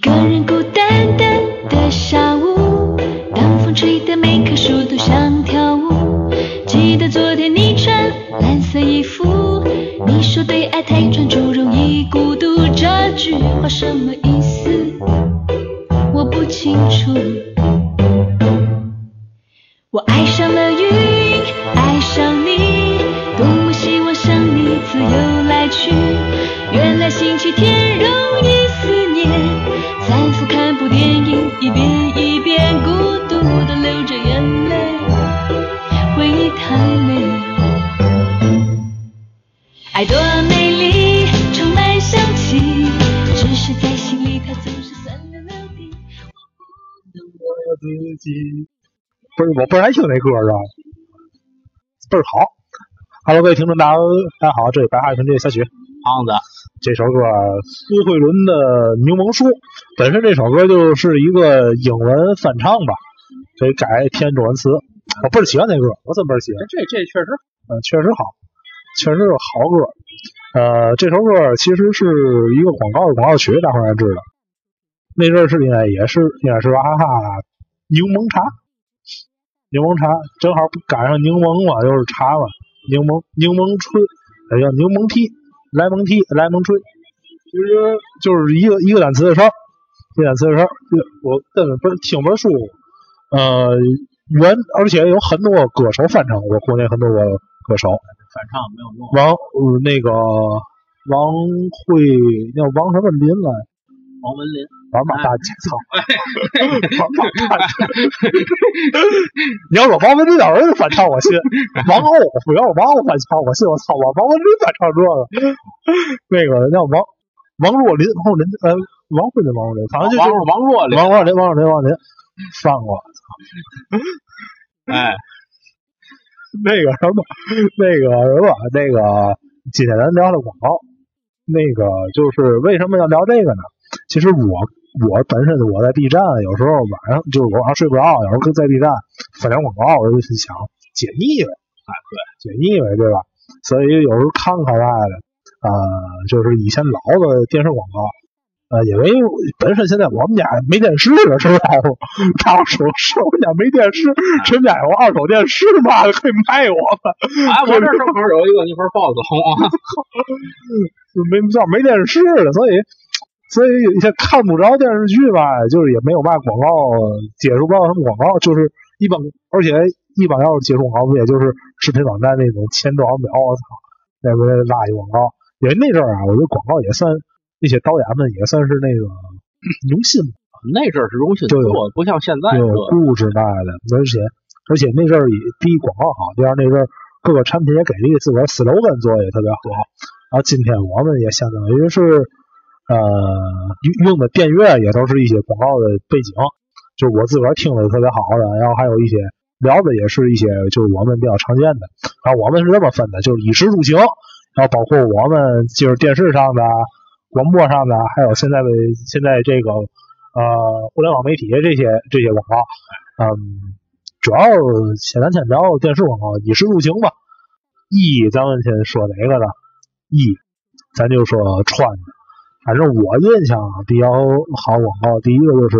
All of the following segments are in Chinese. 个人孤单单的下午，当风吹得每棵树都想跳舞。记得昨天你穿蓝色衣服，你说对爱太专注容易孤独，这句话什么意思？我不清楚。我爱上了云，爱上你，多么希望向你自由来去。原来星期天容易思念，反复看部电影，一遍一遍，孤独的流着眼泪，回忆太累。爱多美丽，充满香气，只是在心里它总是酸溜溜的。我自己。不是，我不是爱听那歌啊，倍儿好。Hello，各位听众，大家大家好，这里白话频这里小雪胖子。这首歌苏慧伦的《柠檬树》，本身这首歌就是一个英文翻唱吧，给改填中文词。我倍儿喜欢那歌，我真倍儿喜欢。这这确实嗯，确实好，确实是好歌。呃，这首歌其实是一个广告的广告曲，大伙儿也知道。那阵儿是应该也是应该是啊哈柠檬茶，柠檬茶正好不赶上柠檬嘛，又是茶嘛，柠檬柠檬春，哎呀，柠檬 T，莱蒙 T，莱蒙春，其实就是一个一个单词的事儿，一个单词的事儿，我根本不是听不舒服。呃，原而且有很多歌手翻唱过国内很多个歌手，反唱没有用。王呃那个王慧那个王什么林来，王文林，王八蛋，操！ 王八蛋！你要说王文林的儿子反唱，我信；王鸥不要王鸥反唱，我信。我操，我王文林反唱这个， 那个叫王王若琳，王若琳呃，王慧的王若琳，反正就啊王是王若琳，王若琳，王若琳，王若琳，放过。哎， 那个什么，那个什么，那个今天咱聊聊广告，那个就是为什么要聊这个呢？其实我我本身我在 B 站有时候晚上就是我晚上睡不着，有时候在 B 站翻两广告，我就想解腻呗，啊对，解腻呗，对吧？所以有时候看看嘛的，啊、就是以前老的电视广告。呃，因为本身现在我们家没电视了，是吧？ 我大伙说是我们家没电视，谁们家有二手电视嘛，可以卖我们。哎，我这正好有一个，一会儿抱走啊。 没知道没电视了，所以所以也看不着电视剧吧，就是也没有嘛广告，接触不到什么广告，就是一般，而且一般要是接触广告，不也就是视频网站那种前多少秒，我操，那不是垃圾广告。因为那阵儿啊，我觉得广告也算那些导演们也算是那个 用心那阵儿是荣幸对做，不像现在有这个故事在的，而且而且那阵儿也第一广告好，第二那阵儿各个产品也给力，自个儿 slogan 做得也特别好。然后今天我们也相当于是呃用用的电乐也都是一些广告的背景，就是我自个儿听的特别好的，然后还有一些聊的也是一些就是我们比较常见的。然后我们是这么分的，就是衣食住行，然后包括我们就是电视上的、啊广播上的，啊还有现在的现在这个呃互联网媒体这些这些广告，嗯，主要先咱先聊电视广告，衣食住行吧。一，咱们先说哪个呢？一，咱就说穿的。反正我印象比较好广告，第一个就是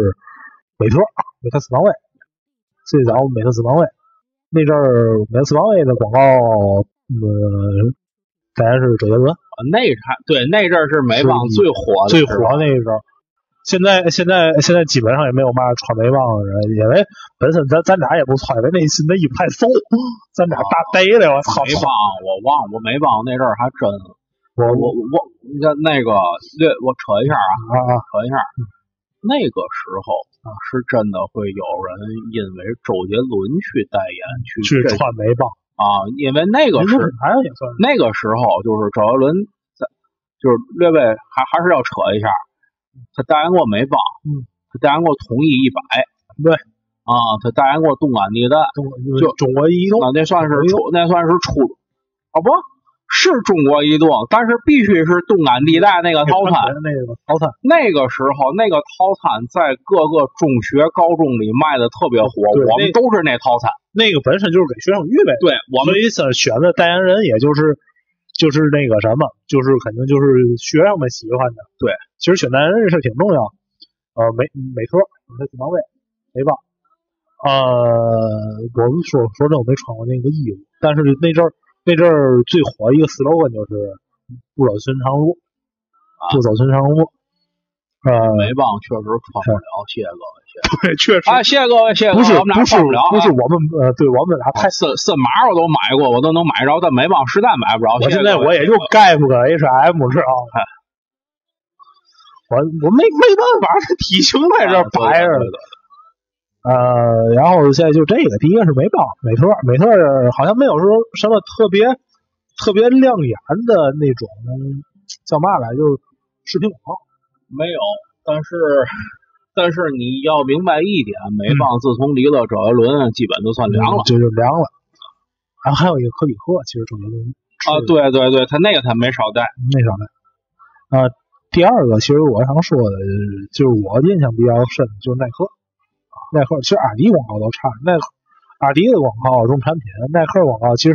美特，美特斯邦威，最早美特斯邦威那阵儿，美特斯邦威的广告，呃，当然是周杰伦。那还对那阵儿是美邦最火的嗯最时火候，那一阵儿。现在现在现在基本上也没有嘛穿美棒的人，因为本身咱咱俩也不穿，因为那那衣服太瘦， 咱俩大哦呆的，我操！美邦我忘了我美邦那阵儿还真我我我我我你看那个略我扯一下啊，啊啊！扯一下，那个时候啊是真的会有人因为周杰伦去代言去去这穿美棒，啊，因为那嗯个民族时品牌也算是那个时候就是周杰伦在，就是略微还还是要扯一下，他代言过美邦，嗯，他代言过同意一百，对，啊，他代言过动感地带，中就中国移动啊，那算是没有哦初，那算是初，啊不是中国移动，但是必须是动感地带那个套餐。那个套餐，那个时候那个套餐在各个中学、高中里卖的特别火，对我们那都是那套餐。那个本身就是给学生预备的，对，我所们以选选的代言人也就是就是那个什么，就是肯定就是学生们喜欢的。对，其实选代言人是挺重要，呃，美美特，美特防卫，谁吧？呃，我说说真，我没穿过那个衣服，但是那阵儿那阵儿最火的一个 slogan 就是不走寻常路，啊不走寻常路。呃，美棒确实穿不了，谢谢各位，谢谢。对，确实哎，谢谢各位，谢谢呃不各位，是我们俩不是穿不了啊，不是我们呃，对我们 俩太啊，森森马我都买过，我都能买着，但美棒实在买不着。我谢现谢在各位我也就 gap 个 H&M 知道吗？哎我我没没办法，这体型在这儿摆着哎对呢。呃，然后现在就这个，第一个是美邦美特，美特好像没有说什么特别特别亮眼的那种叫嘛来，就是视频广告。没有，但是但是你要明白一点，嗯美棒自从离了周杰伦，基本就算凉了就就凉了。然后还有一个科比克，其实周杰伦啊。对对对，他那个他没少带，那啥的。啊、第二个其实我想说的就是我印象比较深的就是耐克，啊耐克其实阿迪广告都差，耐克阿迪的广告重产品，耐克广告其实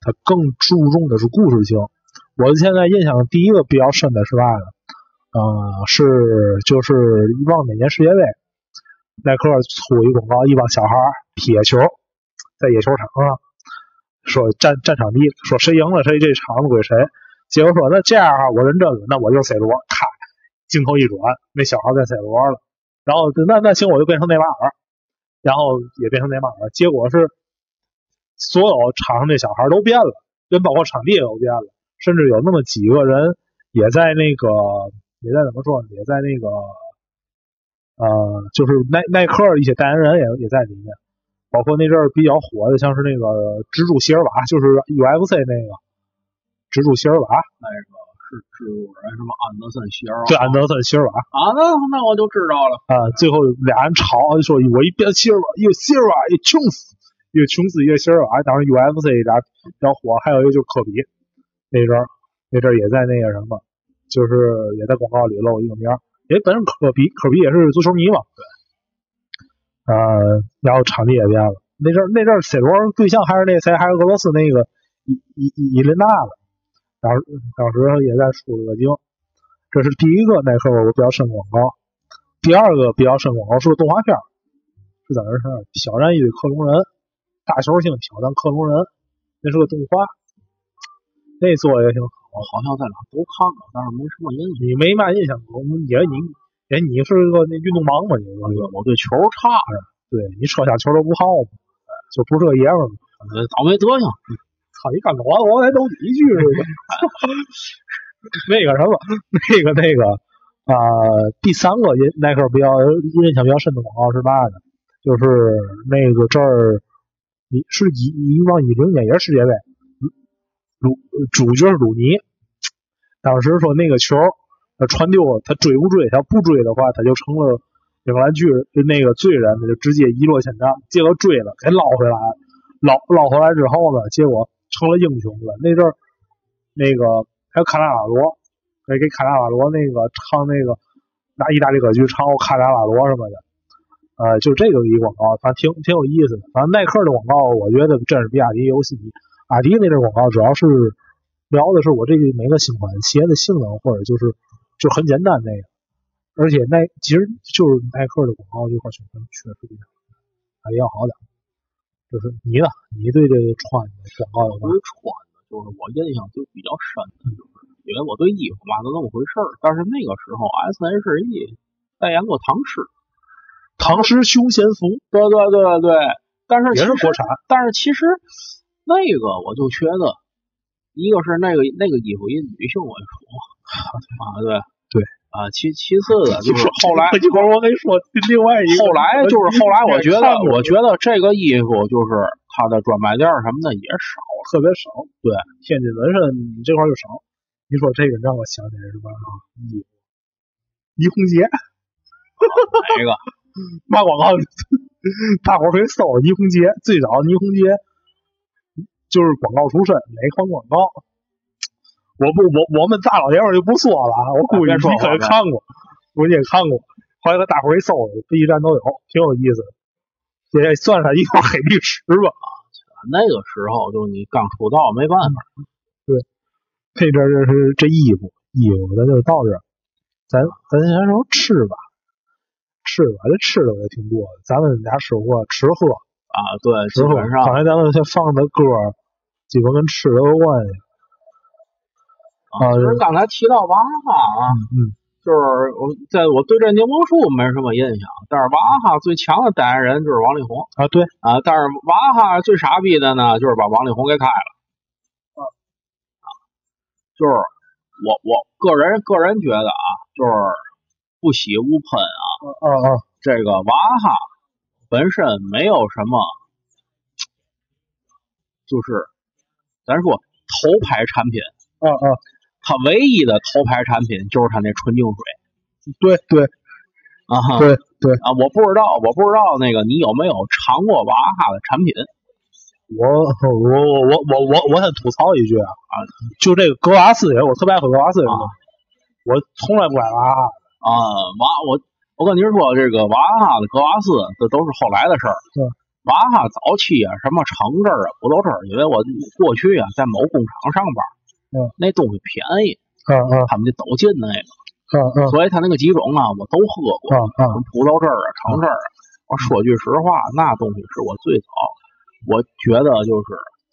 它更注重的是故事性。我现在印象第一个比较深的是嘛呢？呃，是就是忘哪年世界杯，耐克出一广告，一帮小孩儿踢野球，在野球场上说占占场地，说谁赢了谁这场子归谁。结果说那这样啊，我认这个，那我就是 C 罗。咔，镜头一转，那小孩变 C 罗了。然后呃那那行，我就变成内马尔，然后也变成内马尔。结果是所有场上这小孩都变了，跟包括场地也都变了，甚至有那么几个人也在那个也在怎么说呢？也在那个呃，就是耐耐克一些代言人也也在里面，包括那阵儿比较火的，像是那个蜘蛛席尔瓦，就是 UFC 那个蜘蛛席尔瓦，那个是制作人什么安德森席尔瓦对，啊安德森席尔瓦啊，那那我就知道了。啊，最后俩人吵，就说我一边希尔瓦，一个希尔瓦，一个穷死，一个穷死，一个希尔瓦。当时 UFC 俩比较火，还有一个就是科比，那阵儿那阵儿也在那个什么，就是也在广告里露一个名儿。因为本身科比，科比也是足球迷嘛，对。呃，然后场地也变了。那阵儿那阵儿 C 罗对象还是那谁，还是俄罗斯那个伊伊伊伊琳娜了。当时当时也在出了个经，这是第一个耐克我比较深广告。第二个比较深广告是个动画片儿，是怎么回事儿？挑战一堆克隆人，大球星挑战克隆人，那是个动画，那做的也挺好。我好像咱俩都看过，但是没什么印象。你没嘛印象，我们也你也你是个那运动盲嘛？你说我我对球差，对你扯下球都不好嘛，就不是个爷们儿嘛。呃倒霉德行。操你干嘛？我才都你一句似的。 那个什么，那个那个啊、第三个印耐克比较印象比较深的广告是嘛呢？就是那个这儿，你是一一忘一零年也是世界杯，鲁主角是鲁尼，当时说那个球他传丢了，他追不追？他要不追的话，他就成了英格兰巨人就那个罪人，他就直接一落千丈。结果追了，给捞回来了，捞捞回来之后呢，结果成了英雄了。那阵儿那个还有卡纳瓦罗，给给卡纳瓦罗那个唱那个拿意大利歌剧唱过卡纳瓦罗什么的。呃，就这个一广告，反正挺挺有意思的。反正耐克的广告，我觉得真是比阿迪有戏。阿迪那阵广告主要是聊的是我这个每个新款鞋的性能，或者就是就很简单那个。而且耐其实就是耐克的广告这块宣传确实比阿迪要好点儿。就是你呢？你对这个穿的广告有我吗对？穿的，就是我印象就比较深的，就是因为我对衣服嘛都那么回事儿。但是那个时候 S.H.E 代言过唐诗，唐诗休闲服对对对对，但是也是其实国产，但是其实那个我就觉得，一个是那个那个衣服以女性为主 啊，对对啊，其其次的 就是后来一会儿我跟你说另外一个，后来就是后来，我觉看得过我觉得这个衣服就是它的专卖店儿什么的也少了，特别少。对，天津纹身你这块儿就少。你说这个让我想起来什么啊？衣服，倪虹洁哪个？卖广告，大伙儿可以搜倪虹洁。最早倪虹洁就是广告出身，哪款广告？我不，我我们大老爷们儿就不说了啊！我估计别说你可了能别看过，估计也看过。后来大伙儿一搜，B 站都有，挺有意思的，也算是一块黑历史吧。那个时候就你刚出道没办法。这阵儿这是这衣服，衣服咱就到这儿，咱咱先说吃吧。吃的，这吃的也挺多的。咱们俩吃过吃喝，啊，对，基吃喝。本上刚才咱们先放的歌儿，基本跟吃的有关系。啊啊，就是刚才提到娃哈哈啊，哦嗯，就是我在我对这柠檬树没什么印象，但是娃哈哈最强的代言人就是王力宏啊，对，啊，但是娃哈哈最傻逼的呢，就是把王力宏给开了，嗯啊，就是我我个人个人觉得啊，就是不喜勿喷啊，啊啊，这个娃哈哈本身没有什么，就是咱说头牌产品。啊啊，它唯一的头牌产品就是它那纯净水对对啊哈对对，啊！我不知道，我不知道那个你有没有尝过娃哈哈的产品我我我我我我我先吐槽一句啊，就这个格瓦斯也，我特别爱喝格瓦斯这个东西，我从来不爱娃哈哈。啊？娃我我跟您说，这个娃哈哈的格瓦斯这都是后来的事儿对。娃哈哈早期啊，什么橙汁儿啊，不都是因为我过去啊在某工厂上班，嗯那东西便宜，啊啊他们就都进那个，啊啊所以他那个几种啊我都喝过。啊什么葡萄汁儿啊、橙汁儿嗯啊。我说句实话，那东西是我最早，我觉得就是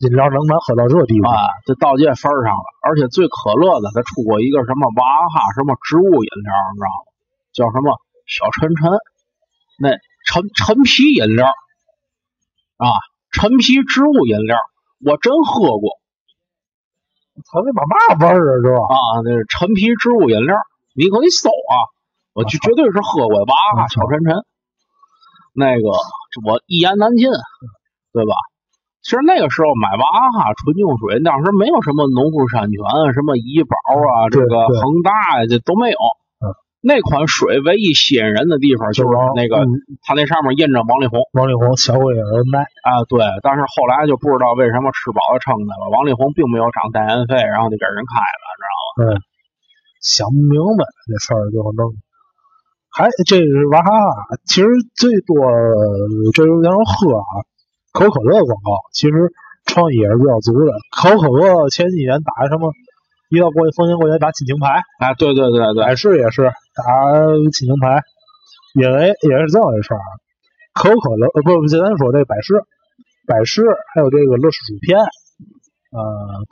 饮料能咱喝到这地步？啊，这到这份儿上了。而且最可乐的，他出过一个什么娃哈哈什么植物饮料，你知道吗？叫什么小陈陈，那陈陈皮饮料啊，陈皮植物饮料，我真喝过操，这把嘛味儿啊，这啊，那是陈皮植物饮料，你可以搜啊，嗯我就绝对是喝过娃哈哈小陈陈，那个这我一言难尽，对吧？其实那个时候买娃哈哈纯净水，当时没有什么农夫山泉、什么怡宝啊，这对个对恒大呀，这都没有嗯。那款水唯一吸引人的地方就是嗯王嗯那个，它那上面印着王力宏王力宏、小鬼儿耐啊，对。但是后来就不知道为什么吃饱了撑的了，王力宏并没有涨代言费，然后就给人开了。想不明白这事儿最后弄。还这是娃哈哈，其实最多这有点喝啊，可口可乐广告其实创意也是比较足的。可口可乐前几年打什么，一到过年逢年过节打亲情牌，啊，对对对对，百事也哎是打亲情牌，因为也是这么回事儿啊。可口可乐呃不不，简单说这百事，百事还有这个乐事薯片，呃，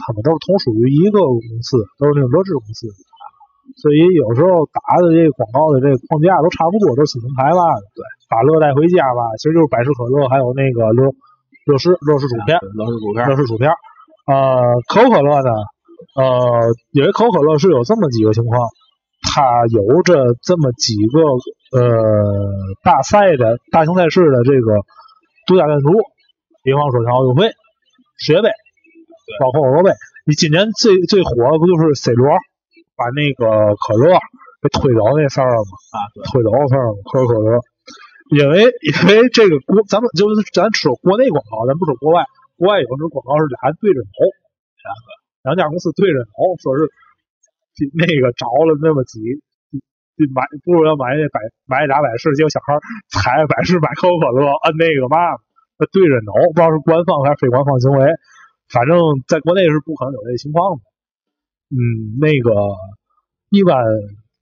他们都是同属于一个公司，都是那种乐事公司，所以有时候打的这个广告的这个框架都差不多，都是亲情牌吧，对，把乐带回家吧，其实就是百事可乐还有那个乐乐事乐事薯片，都是薯片。乐事薯片。呃，可口可乐呢，呃，因为可口可乐是有这么几个情况，它有着这么几个呃大赛的大型赛事的这个独家赞助，比方说像奥运会、世界杯，包括欧洲杯。你今年最最火的不就是 C 罗把那个可乐给推倒那事儿了吗？啊，对，推倒事儿，可口可乐。因为因为这个国，咱们就是咱说国内广告，咱不说国外，国外有时候广告是俩人对着投，两个两家公司对着投，说是那个着了那么急，就买不如要买那百买俩百事，结果小孩儿踩百事买可口可乐，摁那个嘛，对着投，不知道是官方还是非官方行为，反正在国内是不可能有这情况的。嗯，那个一般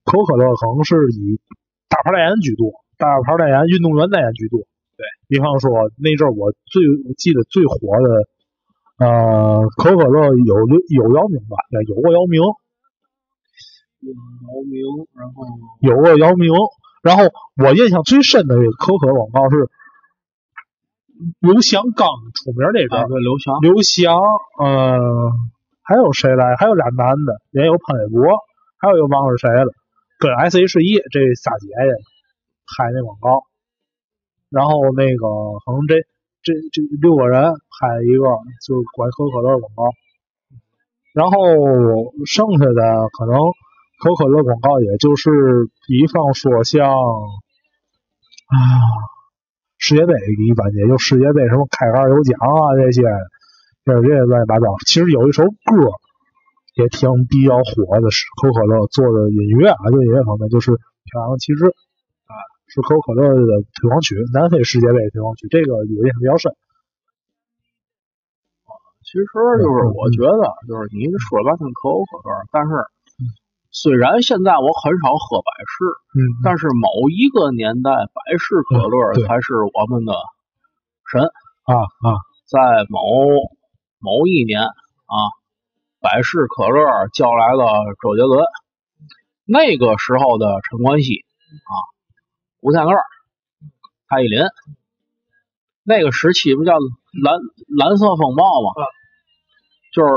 可口可乐可能是以大牌代言居多，大牌代言、运动员代言居多。对，比方说那阵儿我最我记得最火的，呃，可口可乐有有姚明吧，也有过姚明，嗯姚明，然后有过姚明。然后我印象最深的这个可口可乐广告是刘翔刚出名那阵儿，啊，对，刘翔，刘翔，呃，还有谁来？还有俩男的，也有潘玮柏，还有又忘了谁了，跟 S.H.E E 这仨姐姐拍那广告，然后那个可能这这这六个人拍一个就是管可口可乐广告，然后剩下的可能可口可乐广告也就是比方说像啊世界杯一般，也就世界杯什么开盖有奖啊这些，这这些乱七八糟。其实有一首歌也挺比较火的，是可口可乐做的音乐啊，就音乐方面就是《漂洋骑士》啊，是可口可乐的推广曲，南非世界杯推广曲，这个有印象比较深。嗯啊其实就是我觉得，就是您说了半天可口可乐，但是虽然现在我很少喝百事，嗯，但是某一个年代，百事可乐嗯对才是我们的神。啊啊，在某某一年啊，百事可乐叫来了周杰伦，那个时候的陈冠希啊，吴天乐、蔡依林，那个时期不叫蓝蓝色风暴吗？就是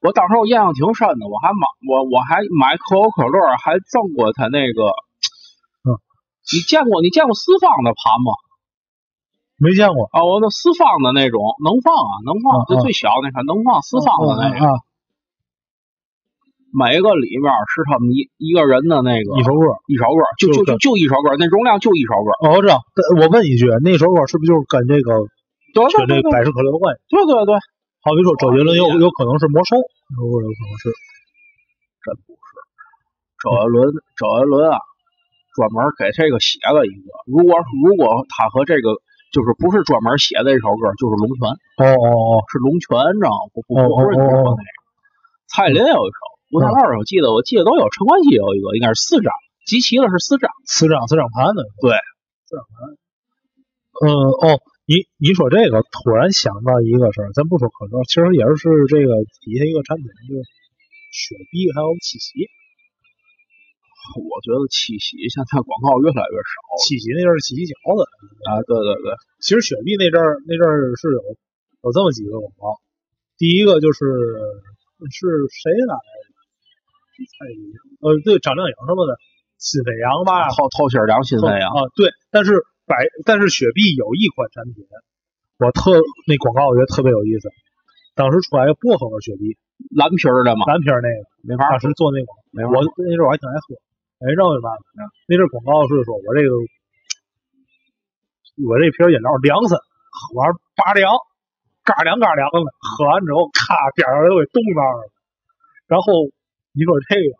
我当时我印象挺深的，我还买我我还买可口可乐，还赠过他那个。嗯你见过你见过四方的盘吗？没见过啊，我那私放的那种能放啊，啊能放，啊就最小那款能放私放的那啊，个，啊每个里面是他们一一个人的那个一首歌。一首歌，就就就是就就一首歌，那容量就一首歌。哦，我知道。但我问一句，那首歌是不是就是跟这个对跟这对对个百事可乐有关系？对对对，好比说周杰伦有有可能是魔兽，有可能是周杰伦周杰伦啊，专门给这个写了一个。如果如果他和这个就是不是专门写的一首歌，就是《龙泉》，哦哦哦，是《龙泉》，你知道吗？不不哦不是你哦哦嗯说那个。蔡依林有一首，吴天乐有，我记得我记得都有，陈冠希有一个，应该是四张，集齐了是四张。磁场磁场盘的。对，磁场盘。嗯哦，你你说这个，突然想到一个事儿，咱不说可乐，其实也是这个底下一个产品，就是雪碧还有七喜，我觉得七喜现在广告越来越少了七喜那阵儿七喜饺子。啊！对对对，其实雪碧那阵儿那阵儿是有有这么几个广告，第一个就是是谁来着？是蔡依林，呃，对，张靓颖什么的，新飞扬吧，透透心儿良心那样，啊，对。但是百但是雪碧有一款产品，我特那广告我觉得特别有意思，当时出来薄荷味雪碧，蓝皮儿的嘛，蓝瓶儿那个，没法当儿时做那广告，没法我儿。嗯那阵儿我还挺爱喝，哎，知道为嘛吗？那阵儿广告是说我这个我这瓶饮料凉森，喝完拔凉，嘎凉嘎凉的，喝完之后咔边上都给冻那儿了。然后你说这个，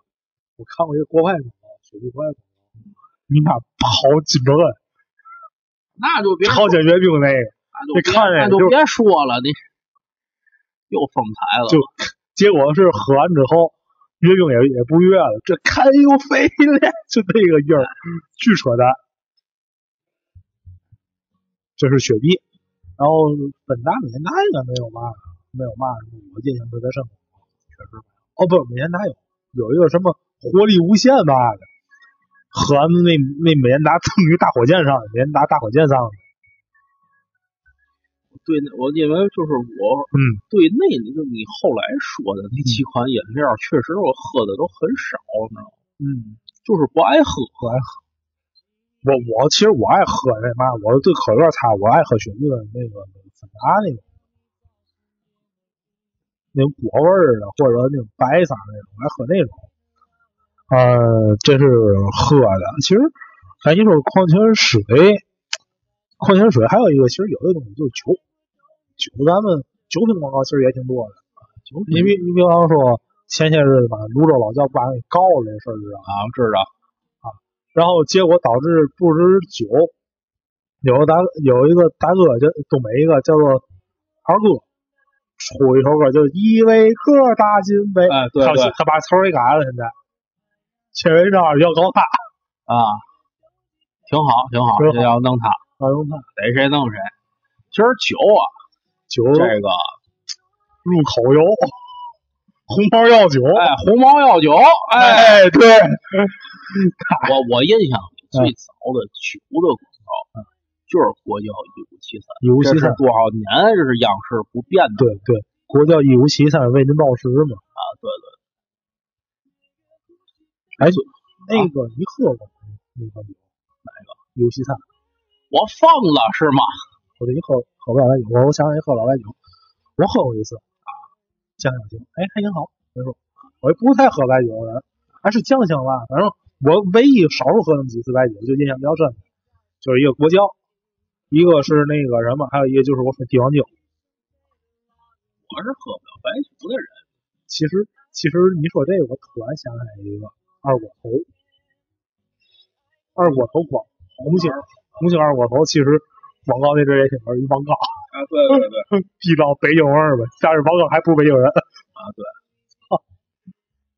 我看过一个国外广告，雪碧国外广告，你妈跑啊锦州的那就别朝鲜阅兵那个，那你看着那就就别说了，你又丰台了，就结果是喝完之后。阅兵也也不阅了，这 Can you feel it？就那个音儿，巨扯淡。这是雪碧，然后本达美年达应该没有嘛，没有嘛，我印象特别深刻，确实没有。哦，不是，美年达有有一个什么活力无限吧的，喝完那那美年达 蹭于大火箭上，美年达大火箭上去，对那我因为就是我嗯，对那就你后来说的那几款饮料，确实我喝的都很少，你知道吗？嗯，就是不爱喝，我我其实我爱喝那嘛，我对可乐差，我爱喝雪碧的那个粉达那种，那种果味儿的或者那种白色那种，我爱喝那种。呃，这是喝的。其实，哎，你说矿泉水，矿泉水还有一个，其实有一个东西就是酒，酒咱们酒品广告其实也挺多的。酒你比你比方说前些日子吧，泸州老窖把人给告了这事儿知道吗啊，我知道，然后结果导致不知酒，有个大有一个大哥叫东北一个叫做二哥，出一首歌叫《依偎哥大金杯》，哎，对他对他把词儿给改了，现在切为这儿要搞他，啊，挺好挺好，挺好这要弄它，要用他逮谁弄谁。其实酒啊，酒这入个口油，红包药酒，哎，红毛药酒，哎，哎，对，我我印象里嗯最早的酒的广告，就是国窖一五七三，一无这其是三，多少年啊这是央视不变的对对，国教一无其三，为您报时嘛。啊，对对，哎那个你喝过吗那款酒？哪个？一无其三。我放了是吗？我这一喝喝不了白酒，我我想想一喝老白酒，我喝过一次啊，酱香型，哎，还挺好。没说，我也不太喝白酒的人，还是酱香吧。反正我唯一少数喝那么几次白酒，就印象比较深的，就是一个国窖，一个是那个什么，还有一个就是我说帝王酒。我是喝不了白酒的人，其实其实你说这个，我突然想起来一个二锅头，二锅头广红星红星二锅头，其实广告那阵儿也挺多，一广告。 啊，对对对，地道北京味儿呗， 但是王刚还不是北京人啊，对，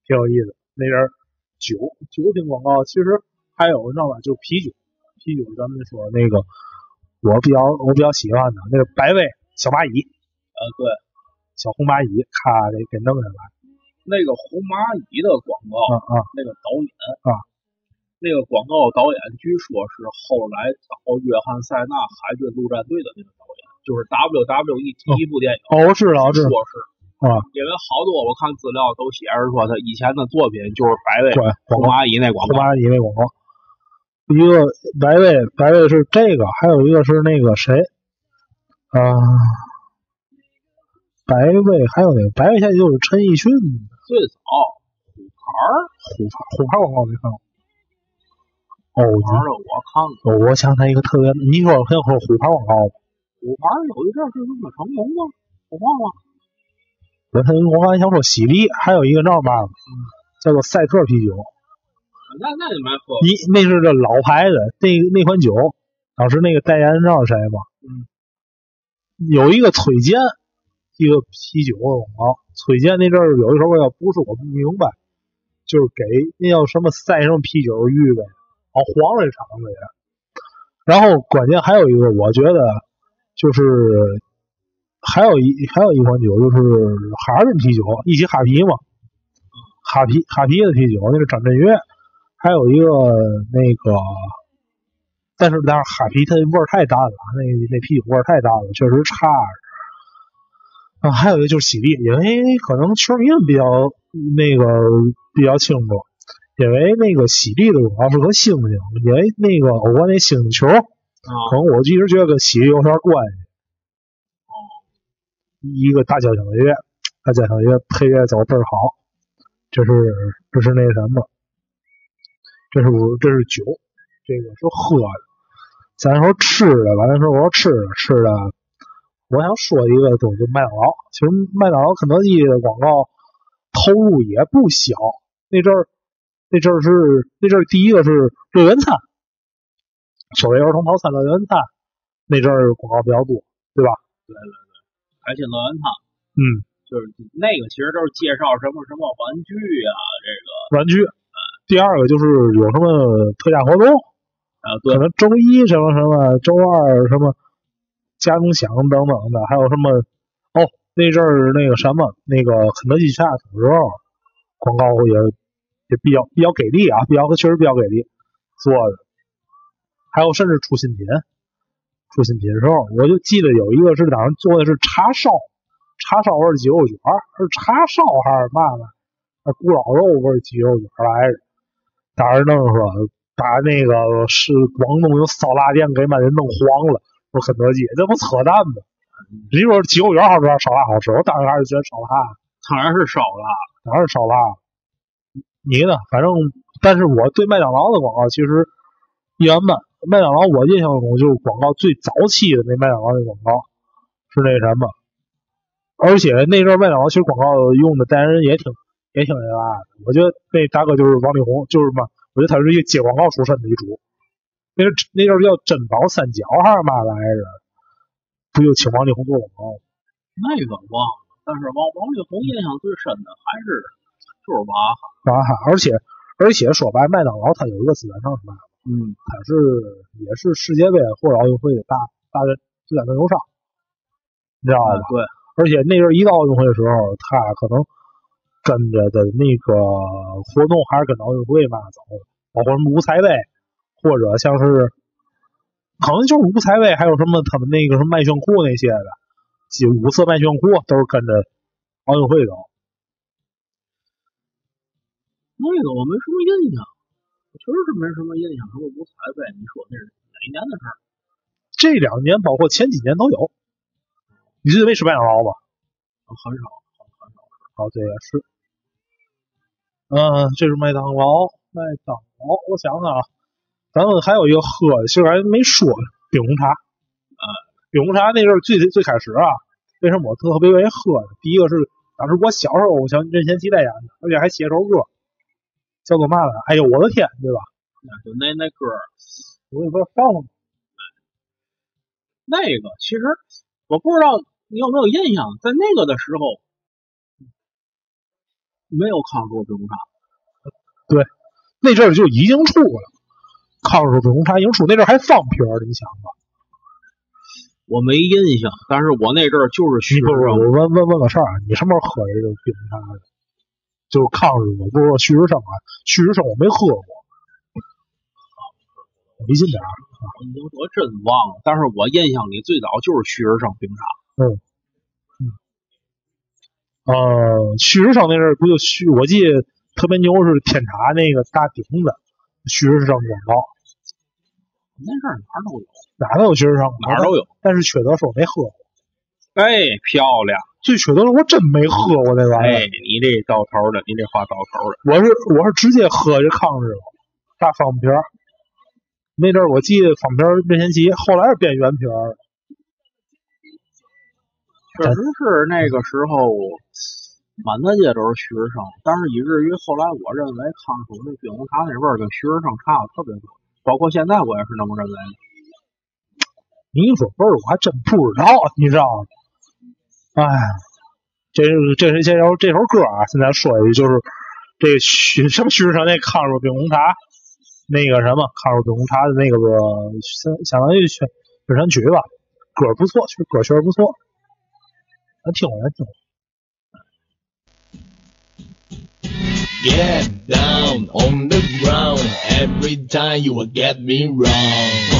挺有意思。那人儿酒酒品广告，其实还有那吧，就是啤酒，啤酒咱们说那个我比较我比较喜欢的那个百威小蚂蚁，呃对，小红蚂蚁，咔给给弄下来，那个红蚂蚁的广告，啊啊那个导演啊，那个广告导演据说是后来找约翰塞纳海军陆战队的那个导演，就是 WWE 第一部电影，哦我知道我知说道是啊，因为好多我看资料都写着说他以前的作品就是百威对广红告。蚂蚁那广红告，蚂蚁那广告，一个白卫，白卫是这个，还有一个是那个谁啊、白卫还有那个白卫，现在就是陈奕迅最早虎牌儿虎牌虎牌广告没看过。哦，虎牌儿的我看过，我我想起来一个特别，你说我听过虎牌广告吗？虎牌儿有一阵儿是那个成龙吗？我忘了，我看我刚才想说喜力，还有一个叫嘛，叫做赛特啤酒，那那你没喝过，你那是个老牌子，那那款酒，当时那个代言人知道谁吗？嗯，有一个崔健，一个啤酒的广告。崔健那阵儿有一首歌叫《不是我不明白》，就是给那叫什么赛什么啤酒预备，好黄了这场子也。然后关键还有一个，我觉得就是还有一还有一款酒就是哈尔滨啤酒，一起哈啤嘛，哈啤哈啤的啤酒，那是张震岳。还有一个那个，但是但是哈啤它味儿太淡了，啊那那啤酒味儿太淡了，确实差。啊，还有一个就是喜力，因为可能球迷们比较那个比较清楚，因为那个喜力的主要是和星星，因为那个我那星星球，可啊，能我一直觉得跟喜力有点关系。一个大交响乐，大交响乐配乐走倍儿好，这是这是那什么，这是我这是酒，这个是喝的。咱说吃的吧，咱说我说吃的吃的，我想说一个东西，麦当劳。其实麦当劳、肯德基的广告投入也不小。那阵儿，那阵儿是那阵儿第一个是乐园餐，所谓儿童套餐、乐园餐，那阵儿广告比较多。海鲜乐园汤。嗯，就是那个其实都是介绍什么什么玩具啊，这个呃玩具。第二个就是有什么特价活动，啊对可，能周一什么什么，周二什么家中享等等的，还有什么哦，那阵儿那个什么那个肯德基下的时候，广告也也比较比较给力啊，比较确实比较给力做的，还有甚至出新品，出新品的时候，我就记得有一个是当时做的是叉烧，叉烧味儿鸡肉卷儿，是叉烧还是嘛呢？那咕老肉味儿鸡肉卷儿来着，当时弄说把那个是广东有烧腊店给把人弄黄了，说肯德基这不扯淡吗？你说鸡肉卷好吃还是烧腊好吃？我当时还是觉得烧腊，当然是烧腊。当然是烧腊。你呢？反正，但是我对麦当劳的广告其实一般般。麦当劳我印象中就是广告最早期的那麦当劳那广告是那什么，而且那阵儿麦当劳其实广告用的代言人也挺也挺那啥的。我觉得那大哥就是王力宏，就是嘛，我觉得他是一个接广告出身的一主。那阵儿那阵儿叫珍宝三角还是嘛来着？啊不就请王力宏做广告吗？那个忘了，但是王王力宏印象最深的还是就是娃哈，啊，而且而且说白，麦当劳它有一个资源上什么，嗯，它是也是世界杯或者奥运会的大大的资源赞助商，你知道吧？啊对，而且那阵儿一到奥运会的时候，他可能跟着的那个活动还是跟着奥运会嘛走的，包括什么五彩杯，或者像是可能就是五彩杯，还有什么他们那个什么麦旋裤那些的，几五色麦旋裤都是跟着奥运会走。那个我没什么印象，我确实是没什么印象。什么五彩呗，你说那是哪一年的事儿？这两年包括前几年都有。你认为是麦当劳吧？啊很少，很少。哦，对，也是。嗯，这是麦当劳，麦当劳，我想想啊，咱们还有一个喝的，其实还没说冰红茶。啊，冰红茶那阵儿最最开始啊，为什么我特别愿意喝呢？第一个是当时我小时候，我想任贤齐代言的，而且还写首歌，叫做嘛来？哎呦，我的天，对吧？那就那那歌儿，我也不知道放了那个其实我不知道你有没有印象，在那个的时候没有康师傅冰红茶，对，那阵儿就已经出了，抗日红茶已经出，那阵儿还放片儿，你想吧？我没印象，但是我那阵儿就是啊学不是，生，我问问问个事儿啊，你什么时候喝的这个冰红茶的？就是抗日，我不是说旭日升啊，旭日升我没喝过，离近点儿。我真忘了。但是我印象里最早就是旭日升冰茶，呃，旭日升那阵儿不就旭？我记得特别牛是天茶那个大顶子，旭日升广告，那阵儿哪儿都有，哪儿都有旭日升广告，哪儿都有。但是缺德是我没喝过，哎，漂亮！最缺德是我真没喝过那玩意儿。哎，你这到头的，你这话到头的。我是我是直接喝这抗日了，大方瓶儿。那阵儿我记得方瓶儿变咸奇，后来是变圆瓶儿。确实是那个时候，满大街都是学生，但是以至于后来我认为康叔那冰红茶那味儿跟学生差的特别多，包括现在我也是那么认为的。你一说味儿，我还真不知道，你知道吗？哎，这是这是这首这首歌啊，现在说一句就是这徐什么徐志胜那康若冰红茶，那个什么康若冰红茶的那个相相当于宣宣传曲吧，歌儿不错，确歌儿确实不错，咱听过咱听过。 Get down on the ground every time you will get me wrong.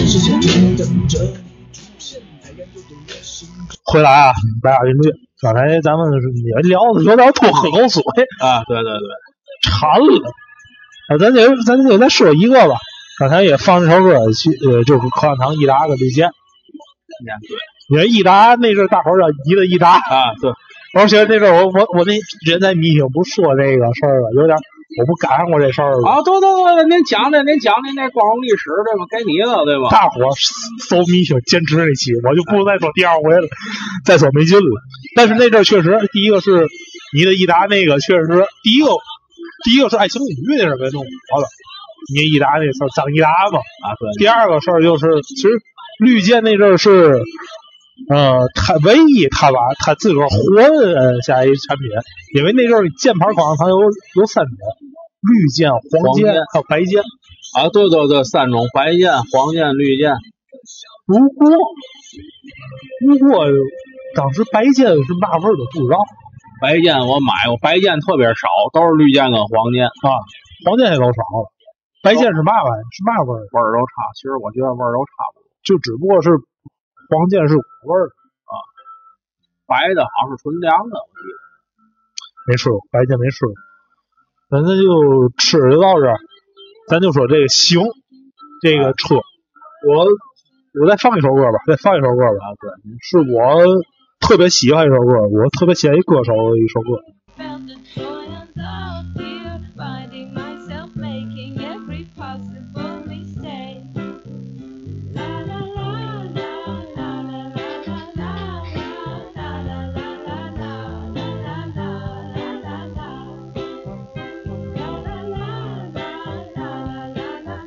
Hey! 回来啊，白马云律，刚才咱们也聊的有点多，喝口水，啊，对对对，馋了。啊，咱就咱就再说一个吧。刚才也放这首歌去，呃，就是口香糖益达的李健。面对你看益达那阵儿大伙儿叫一个益达，啊，对，而且那阵儿我我我那人在迷影不说这个事儿了，有点儿我不赶上过这事儿了。啊，对对对，对您讲的您讲的那光荣历史对吧？该你了对吧？ 大伙儿搜迷影坚持那期，我就不再说第二回了，再说没劲了。但是那阵儿确实，第一个是你的益达那个确实，第一个第一个是爱情公寓那事儿给弄火了，你益达那事儿张益达嘛。啊，对，第二个事儿就是，其实绿箭那阵儿是，呃，他唯一他把他自个儿活摁下一产品，因为那阵儿箭牌口香糖有有三种，绿箭、黄黄箭箭还有白箭。啊，对对对，三种白剑、黄剑、绿剑，如果如果当时白箭是嘛味儿都不知道白剑我买过，白剑特别少，都是绿剑跟黄剑，啊，黄箭也都少了，白箭是嘛玩意儿？是嘛味儿？味儿都差。其实我觉得味儿都差不多，就只不过是黄箭是果味儿，白的好像是纯粮的，我记得。没吃过，白天没吃过。咱咱就吃就到这儿，咱就说这个行，这个车，我我再放一首歌吧，再放一首歌吧。对，是我特别喜欢一首歌，我特别喜欢一歌手的一首歌。 felt the joy out here, finding myself making every possible mistake. La la la la la la la la la la la la la la la la la la la. La la la la la la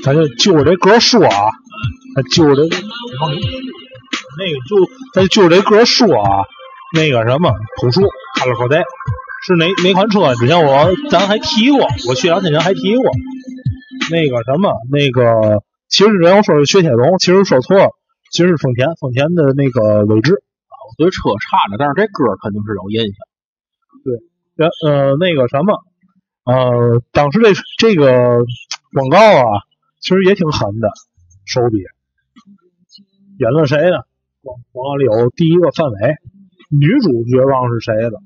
la la la la. 咱就就我这歌说啊，咱就我这那个就咱就这歌说啊，那个什么朴树卡拉口袋是哪哪款车？之前我咱还提过，我去两天前还提过那个什么那个，其实人家说是雪铁龙，其实说错了，其实是丰田丰田的那个伟志。我对车差着，但是这歌儿肯定是有印象。然呃那个什么，呃，当时这这个广告啊，其实也挺狠的，手笔演了谁呢？广广告里有第一个范伟，女主角忘了是谁了，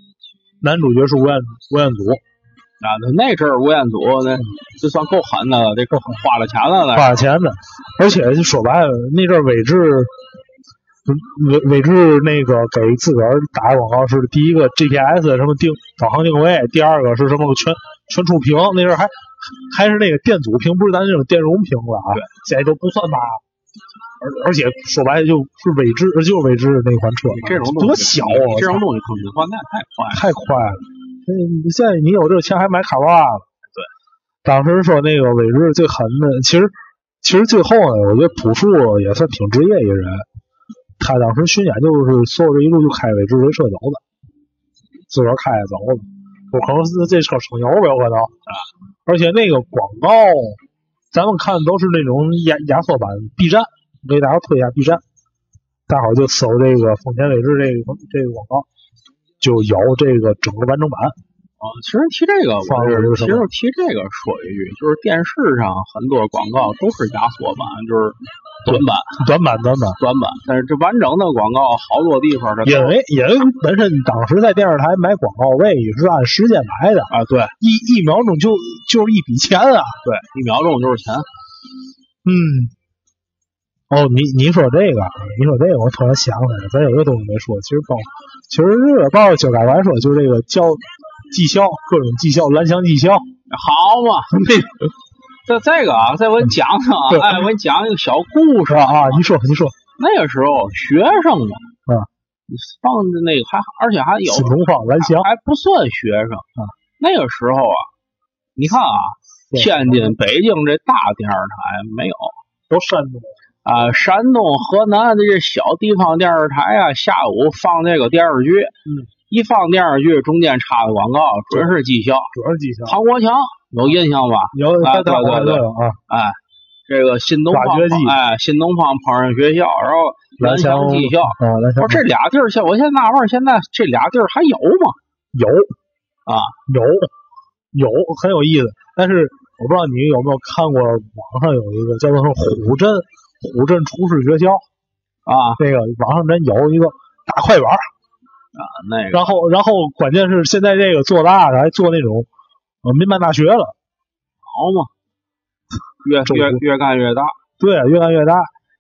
男主角是吴彦吴彦祖，啊，那那阵儿吴彦祖嗯那就算够狠的了，这够花了钱的了。花钱的，而且说白了那阵儿伟志，伟伟志那个给自个儿打广告是第一个 GPS 什么定导航定位，第二个是什么个全全触屏，那阵儿还还是那个电阻屏，不是咱这种电容屏了啊，现在都不算大。而而且说白了就是伟志，就是伟志那款车，这种东西多小啊！这种东西更新换代太快了。太快了。嗯，现在你有这个钱还买卡罗拉了。对，当时说那个伟志最狠的，其实其实最后呢，我觉得朴树也算挺职业一人。他当时巡演就是所有这一路就开伟志为车走的，自个儿开着走的。有可能是这车省油呗，有可能。啊而且那个广告，咱们看都是那种压压缩版 B 站，我给大家推一下 B 站，大伙儿就搜这个丰田伟志这个这个广告。就有这个整个完 整版，啊，其实提这个，我放了是这个其什实么提这个说一句，就是电视上很多广告都是压缩版，就是短版、短版短版。短版，但是这完整的广告好多地方它都因为因为本身当时在电视台买广告位也是按时间买的，啊，对一一秒钟就就是一笔钱啊。对，一秒钟就是钱，嗯。哦，你你说这个，你说这个，我突然想起来，咱有一个东西没说，其实包，其实热报就改完说，就是这个叫技校，各种技校，蓝翔技校，好嘛？ 那个在这个啊，再我给你讲讲对啊，哎，我给你讲一个小故是事吧？啊，你说你说，那个时候学生嘛，嗯，放的那个还而且还有新东方蓝翔，还不算学生啊。那个时候啊，你看啊，对嗯天津、北京这大电视台没有都山东，啊，山东、河南的这小地方电视台啊，下午放这个电视剧，嗯，一放电视剧中间插的广告准是技校。主要是技校，唐国强有印象吧？有啊在大对对伙对都有啊，哎，这个新东方挖掘机哎，新东方烹饪学校，然后蓝翔翔技 校。啊，蓝翔说这俩地儿，现我现在纳闷儿，现在这俩地儿还有吗？有啊，有有很有意思，但是我不知道你有没有看过网上有一个叫做什么虎镇虎镇厨师学校，啊，那个网上真有一个大快板儿，那个然后然后关键是现在这个做大的还做那种呃民办大学了，好嘛，越中越国越干越大。对，越干越大，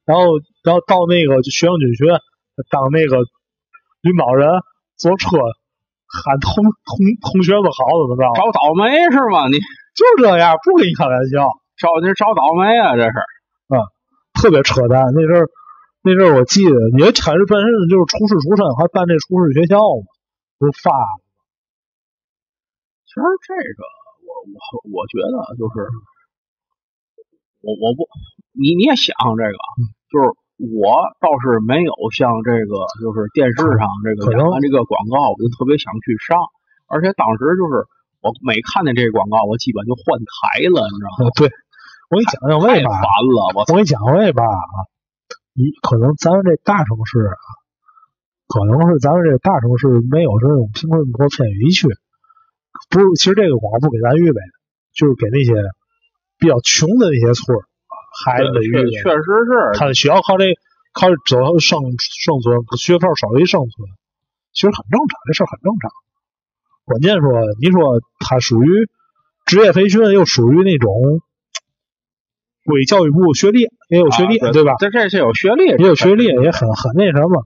然后然后到那个学生军学当那个领导人坐车。喊同同同学们好怎么着？找倒霉是吗？你就这样，不跟你开玩笑。找你找倒霉啊，这是特别扯淡。那阵儿，那阵儿我记得，你这产生本身就是厨师出身，还办这厨师学校嘛，不是发了其实这个我我我觉得就是我我不你你也想这个，嗯就是我倒是没有像这个就是电视上这个可能演完这个广告，我就特别想去上，而且当时就是。我每看见这个广告，我基本就换台了，你知道吗？呃对，我给你讲讲为太烦嘛？了，我我给你讲为嘛啊？你可能咱们这大城市啊，可能是咱们这大城市没有这种贫困和偏远地区，不是，其实这个广告不给咱预备的，就是给那些比较穷的那些村儿啊孩子们预备的。确确实是他的学校靠这靠这走生生存，学票少一生存，其实很正常，这事儿很正常。关键说，你说他属于职业培训，又属于那种归教育部学历，也有学历，啊对吧？这这这有学历，也有学历，也很很那什么，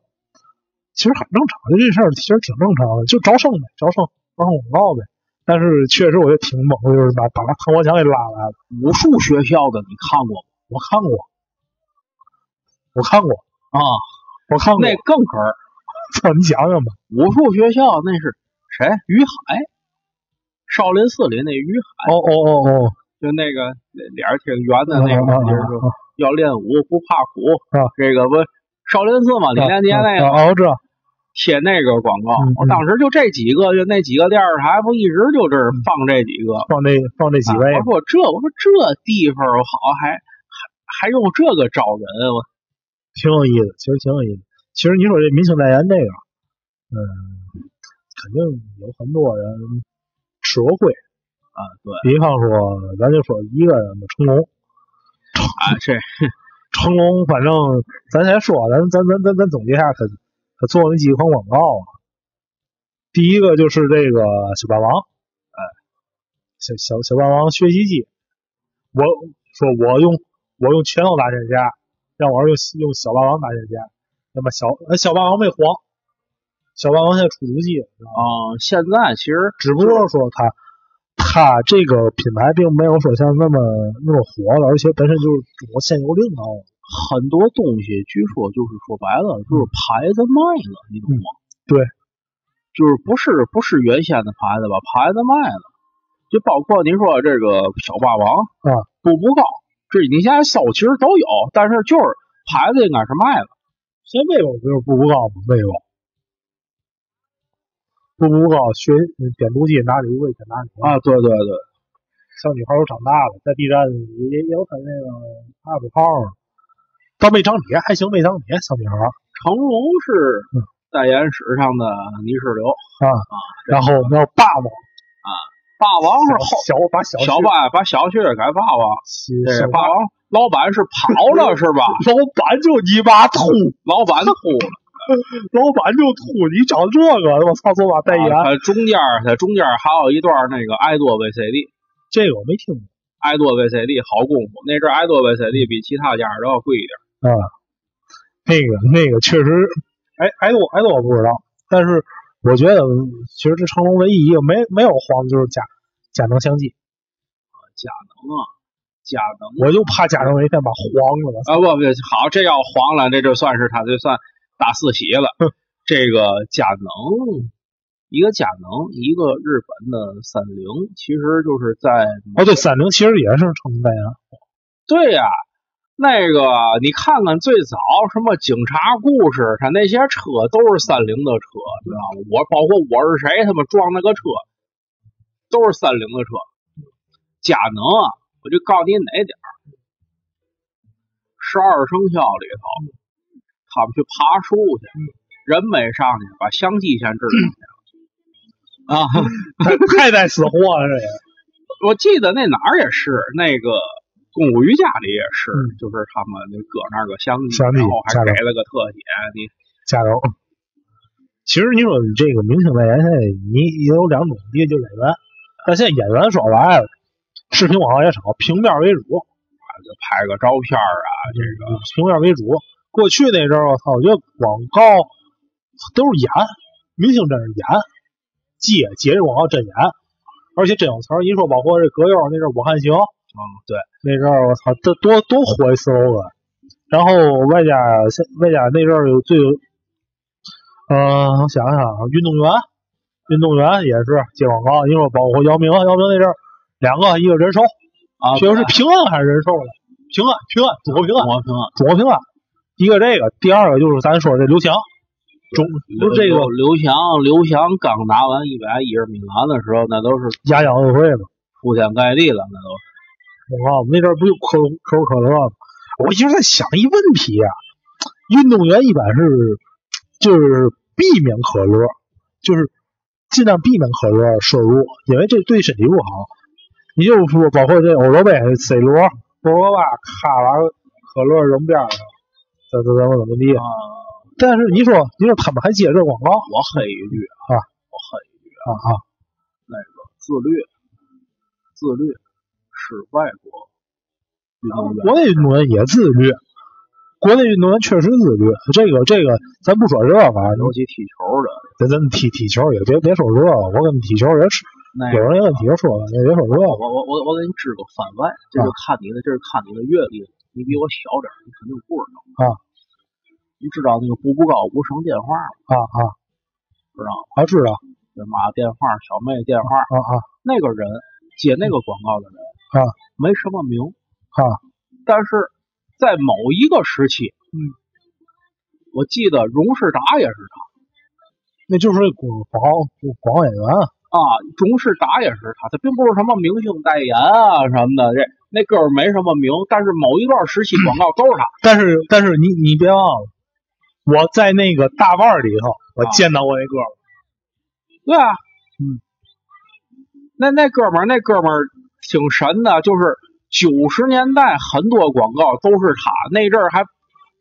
其实很正常的，这事儿其实挺正常的，就招生呗，招生招生广告呗。但是确实我也挺猛的，就是把把唐国强给拉来了。武术学校的，你看过吗？我看过，我看过，啊，我看过。那更哏儿。 操，你想想吧，武术学校那是谁？于海，少林寺里那于海，哦哦哦哦，就那个脸脸儿挺圆的那啊个，啊就是说要练武不怕苦。啊这个不少林寺嘛，李连杰那个个，哦，这贴那个广告嗯嗯，我当时就这几个，就那几个电视台不一直就这儿放这几个。放这放嗯这几位啊，我说这我说这地方好，还还还用这个招人，我挺有意思，其实挺有意思。其实你说这明星代言这个，嗯，肯定有很多人吃过亏。啊对，比方说，咱就说一个人吧，成龙， 啊这成龙，反正咱先说，咱咱咱咱咱总结一下他他做那几款广告啊。第一个就是这个小霸王，哎，小小小霸王学习机，我说我用我用拳头打天下，让我儿用用小霸王打天下，那么小呃小霸王没黄，小霸王现在出足迹，是吧啊、现在其实只不过说它它这个品牌并没有说像那么那么火了，而且本身就是中国限游令啊，很多东西，据说就是说白了，就是牌子卖了，你懂吗？嗯对，就是不是不是原先的牌子，把牌子卖了，就包括你说这个小霸王啊，步步高，这你现在搜其实都有，但是就是牌子应该是卖了，现在魏狗不就是步步高吗？魏狗。步步高学嗯点足迹，哪里喂啃哪里啊，对对对，小女孩都长大了，在 B 站也也也有她那个 UP 号儿，倒没长铁，还行，没长铁，小女孩儿。成龙是嗯代言史上的泥石流，然后然后霸王霸王是后小把小小霸把小旭改霸王，小对小霸王老板是跑 了是吧？老板就你妈秃，老板秃了。老板就秃，你找这个，我操，走马代言、啊它中间儿它中间儿还有一段儿那个爱多 VCD，这个我没听过爱多 VCD 好功夫，那阵儿爱多 VCD 比其他家儿都要贵一点儿。啊。那个那个确实，哎哎我哎我不知道，但是我觉得其实这成龙唯一一个没没有黄的就是贾贾能相继，佳能啊，佳能我就怕贾能有一天把黄了，我操啊不不好，这要黄了，这就算是他就算大四喜了。这个佳能，一个佳能，一个日本的三菱，其实就是在哦对，三菱其实也是成龙代言，对呀、那个你看看最早什么警察故事，他那些车都是三菱的车，知道吗？我包括我是谁，他们撞那个车都是三菱的车。佳能啊，我就告诉你哪点儿，十二生肖里头，他们去爬树去，人没上去，把香鸡先支上去了。啊，太太带死货了这也。我记得那哪儿也是，那个功夫瑜伽里也是，嗯就是他们那搁那儿个箱子，箱子然后还下给边了个特写，你加油！其实你说这个明星代言，现在你也有两种，一个就是演员，但现在演员说白了，视频广告也少，平面为主，就拍个照片儿啊，这个平面为主。过去那阵儿，我操，我觉得广告都是演，明星真是演，接接这广告真演，而且真有词儿。一说包括这葛优那阵儿，我还行，嗯，对，那阵儿我操，这多多火一 slogan。然后外加现外加那阵儿有最有，呃，我想想啊，运动员，运动员也是接广告，因为包括姚明，姚明那阵儿两个，一个人寿，啊，确实是平安还是人寿了，平安平安，祖国平安，我平祖国平安。一个这个，第二个就是咱说这刘翔，中就这个刘翔，刘翔刚拿完一百一十米栏的时候，那都是亚运会嘛，铺天盖地了，那都是我告诉你那阵儿不就可可口可乐吗？我一直在想一问题啊，运动员一般是就是避免可乐，就是尽量避免可乐摄入，因为这对身体不好。你就说包括这欧洲杯 C 罗、博格巴咔把可乐扔边上，怎怎怎么怎么地啊。。但是你说你说他们还接这广告我黑一句啊，我黑一句，啊啊！那个自律，自律是外国运动员国内运动员也自律，国内运动员确实自律。这个这个咱不说这个啊，尤其踢球的咱咱踢踢球也别别说这个，我跟踢球也是那有个人也跟踢球说了，也别说这我个。我我我给你支个番外，这啊是看你的，这是看你的阅历。你比我小点儿，你肯定不知道啊。你知道那个步步高无绳电话吗？啊啊知道吗？啊，知道这妈电话，小妹电话，啊啊那个人接那个广告的人啊，没什么名，啊但是在某一个时期，嗯，我记得荣仕达也是那就是广广告广告演员啊他啊，荣仕达也是他，他并不是什么明星代言啊什么的，这那哥们儿没什么名，但是某一段时期广告都是他。但是但是你你别忘了，我在那个大腕儿里头，我啊见到过那哥们儿，对啊，嗯，那那哥们儿，那哥们儿挺神的，就是九十年代很多广告都是他，那阵儿还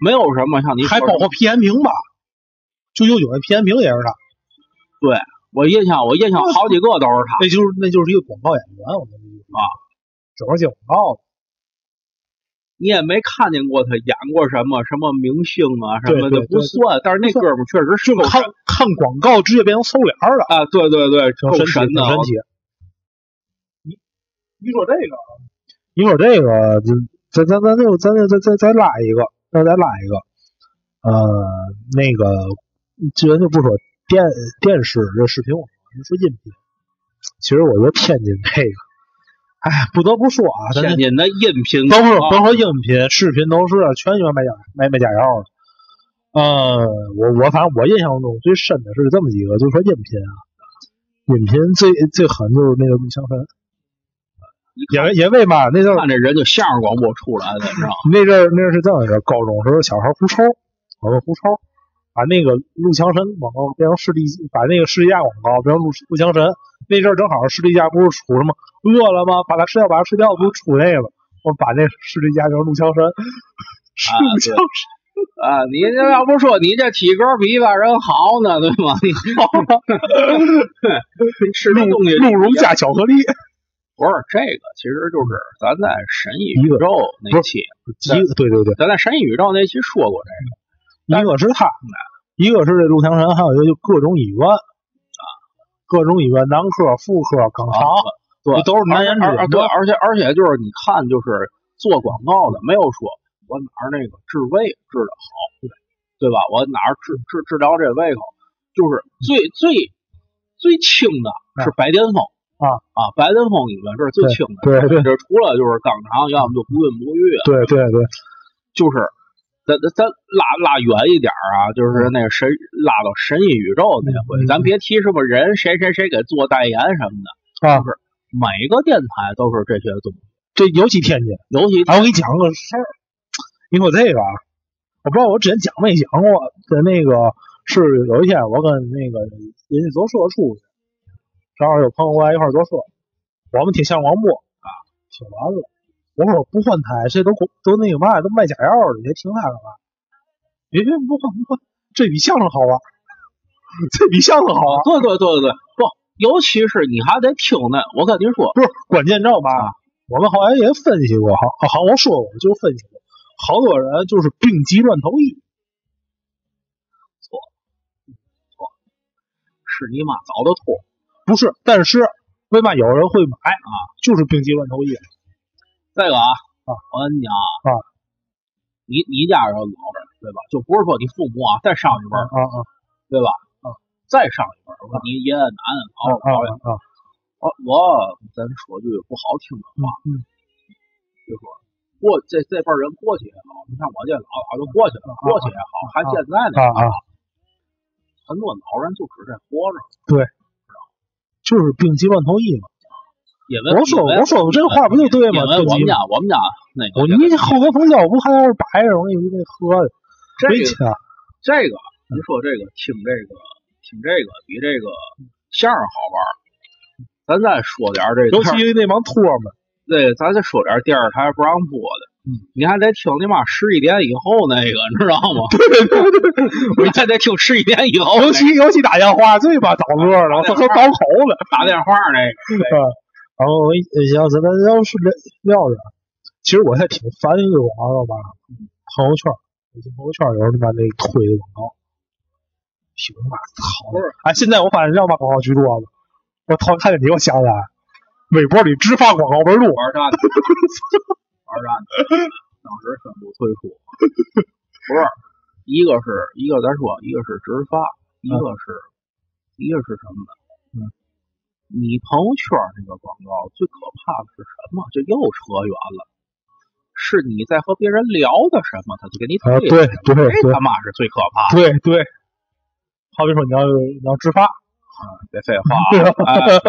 没有什么像你还说包的括皮延平吧，九九九那皮延平也是他，我印象，我印象好几个都是他。那就是那就是一个广告演员，我跟你说啊，整个接广告的你也没看见过他演过什么什么明星啊什么对对的不算，但是那不哥们儿确实是够看看广告直接变成搜脸儿了，啊，对对对，挺神够奇，神挺的，啊神奇。你说这个，一会儿这个，咱咱咱就咱就再再再拉一个，再再拉一个。呃，那个，既然就不说电电视这视频，我们说音频。其实我觉得天津这个，哎，不得不说啊，咱天津的音频甭说啊甭说音频，视频都是全喜欢卖假卖卖假药的。呃，我我反正我印象中最深的是这么几个，就是说音频啊，音频最最狠就是那个陆湘山，因为因为嘛，那阵儿啊看这人就相声广播出来的，你知道吗？那阵儿那阵儿是这样式儿，高中时候小孩儿胡抽，我们胡抽，把那个陆强神广告变成士力架，把那个士力架广告变成陆陆强神。那阵儿正好士力架不是出什么饿了吗？把它吃掉，把它吃掉，不是出那个吗？我把那士力架叫陆强神，是陆强神。啊，你这要不说你这体格比一般人好呢，对吗？你好 吗？你吃的东西鹿茸加巧克力，不是这个，其实就是咱在神异一宇个宙那不期，一个对对对，咱在神异宇宙那期说过这个。一个是他，一个是这陆强神，还有一个就各种医院啊，各种医院，男科、妇科、肛啊肠，对，都是难言之而而隐。对，而且而且就是你看，就是做广告的没有说我哪儿那个治胃治的好，对吧？我哪儿治治治疗这胃口，就是最嗯最最轻的是白癜风啊啊，白癜风里面这是最轻的，对对这除了就是肛肠，要么就不孕不育，对对对，就是咱咱咱拉拉远一点儿啊，就是那个神拉到神异宇宙那嗯回，嗯嗯咱别提什么人谁谁谁给做代言什么的，啊，每个电台都是这些东西，这尤其天津。尤其哎，我给你讲个事儿，你说这个啊，我不知道我之前讲没讲过的那个是有一天我跟那个人家做社出去，正好有朋友过来一块儿做社，我们听相声广播啊，听完了，我说我不换台，这都都那个嘛呀，都卖假药的，你还听他干嘛？别别不换不换，这比相声好玩儿，这比相声好啊玩儿。对对对对对，不，尤其是你还得听呢。我跟您说，不是关键，你知道吧啊？我们好像也分析过，好，好，我说过，就是分析过，好多人就是病急乱投医，是你妈早的托，不是？但是为嘛有人会买啊？就是病急乱投医，这个啊，啊我跟你讲啊啊，你你家人老点儿对吧？就不是说你父母啊，再上一辈啊儿啊对吧？啊，再上一辈儿，我你爷爷奶奶啊姥姥啊姥爷，啊！我我咱说句不好听的话，嗯，就说过这这辈儿人过去也好，你看我这老早就过去了，过去也好，还现在呢，啊啊，很多老人就只是活着，就是病急乱投医嘛。因为我说因为我说这话不就对吗？特因为急我们嘛家我们家那个我这个你后跟冯教不还要是白着，我给你那喝的，这没个钱啊这个，您说这个听这个听这个比这个相声好玩儿。咱再说点儿这尤个，其那帮托们，对，咱再说点儿电视台不让播的，嗯你还得听你妈十一点以后那个，你知道吗？对对 对，你还得听十一点以后尤那个其尤其打电话最把倒乐了，我操，都倒口了。打电话那个。然后我一想，咱咱要是聊聊着，其实我还挺烦一个广告吧，朋友圈儿，微信朋友圈儿有时候他妈那推的广告，挺他妈操不的是！哎，现在我发现让骂广告居多了，我头看见你，我想起来，微博里只发广告纹路，玩蛋的，玩蛋的，当时宣布退 出。不是，一个是一个咱说，一个是直发，一个是、一个是什么呢？嗯，你朋友圈那个广告最可怕的是什么？这又扯远了。是你在和别人聊的什么，他就给你推啊，对对对这他妈是最可 怕的。对对，好比说你要你要直发，别哎废话啊！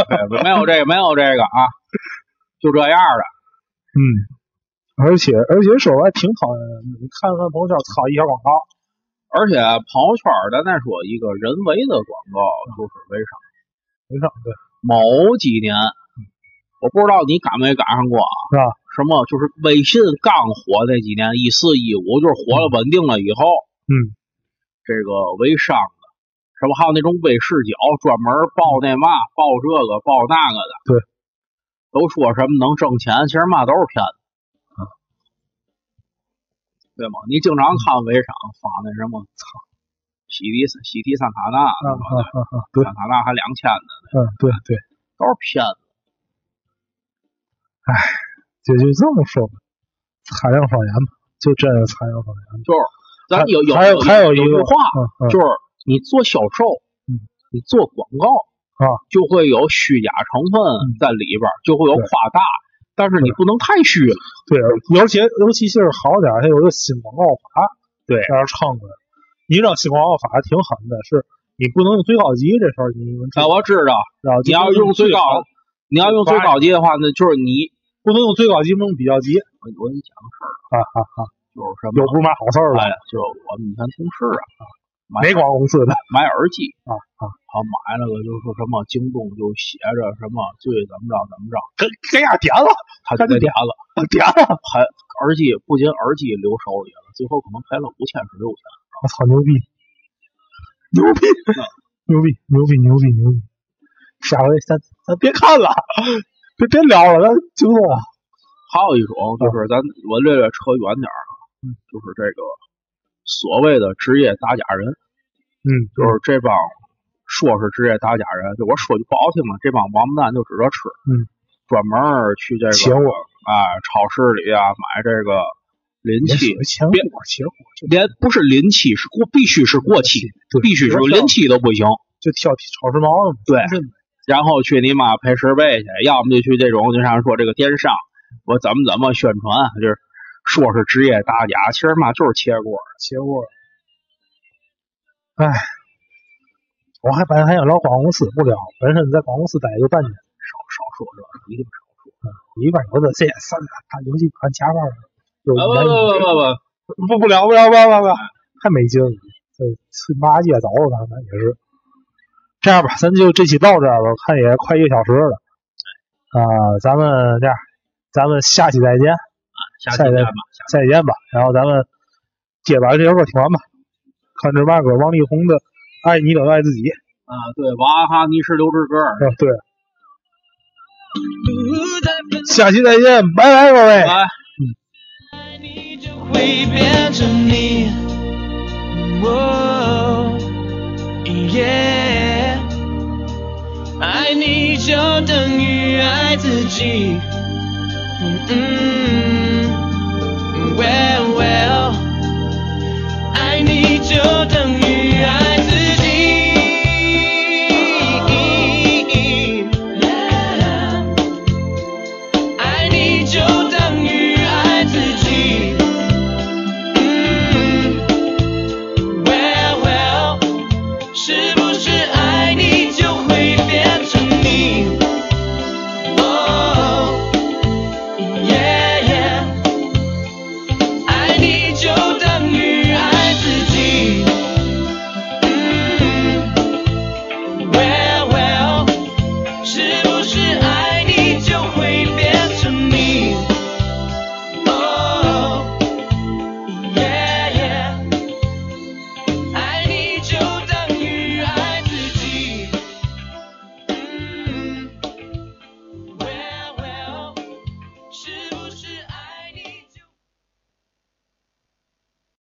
哎，对没有这个，没有这个啊，就这样的。嗯，而且而且说我还挺讨厌的，你看看朋友圈儿，操一条广告，而且朋友圈儿咱再说一个人为的广告，就是为啥？没事儿，对，某几年，我不知道你赶没赶上过啊？是吧？什么？就是微信刚火那几年，一四一五，就是火了稳定了以后，嗯，这个微商的，什么还有那种微视角，专门报那嘛，报这个报那个的，对，嗯都说什么能挣钱，其实嘛都是骗子。对吗？你经常看围场发那什么，操，喜提喜提桑塔纳，啊啊啊啊！对，桑塔纳还两千呢，嗯，对对，都是骗子。也就这么说吧，海量方言吧，就真是海量方言。咱有有还有还有有一句个话，嗯嗯就是你做销售，嗯你做广告啊，嗯就会有虚假成分在里边儿，就会有对夸大，但是你不能太虚了。对，啊尤其尤其是好点儿，它有一个新广告法，对这样唱的。你知道新广告法挺狠的，是你不能用最高级这事儿，你们知道啊，我知道，然后你要用最高，你要用最高级的话，那就是你，不能用最高级，不能用比较级我我跟你讲个事儿，啊啊啊！就是什么有，不是嘛好事儿吧？哎，就我们以前同事啊，买哪广告公司的买耳机，啊啊？然后买了个就说什么京东就写着什么最怎么着怎么着，给给呀点了，他就他就给点了，点了！还耳机不仅耳机留手里了，最后可能赔了五千是六千。我操，牛逼！牛逼！牛逼！牛逼！牛逼！牛逼！下回咱咱别看了，别别聊了，咱就这么还有一种就是咱我略略扯远点儿啊，啊嗯就是这个所谓的职业打假人，嗯，就就是是这帮说是职业打假人，就我说句不好听的，这帮王八蛋就指着吃，嗯，专门儿去这请个我啊超市里啊买这个临期，钱别货钱货，就连不是临期是过必须是过期，对必须是临期都不行，就挑炒时髦的嘛。对真的然后去你妈赔十倍去，要么就去这种，就像说这个电商，我怎么怎么宣传，啊就是说是职业打假，其实嘛就是切锅。结果，哎，我还本来还想聊广告公司，不聊，本身在广告公司待就半年，少少说这个，一定少说。我一般有的这也算了，他尤其看加班儿有不年不不不，呃不不聊不聊不聊不聊不聊，太没劲了，这去骂街早了，反正也是。这样吧，咱就这期到这儿吧，我看也快一个小时了，啊、咱们这样，咱们下期再见。下期见吧，下再见吧。然后咱们接把这首歌听完吧。看这嘛歌，王力宏的《爱你等于爱自己》。啊对，娃哈哈尼是刘志歌，啊，对，下期再见，拜拜，各位。来。爱你就会变成你，哦，耶！爱你就等于爱自己，嗯嗯，well well。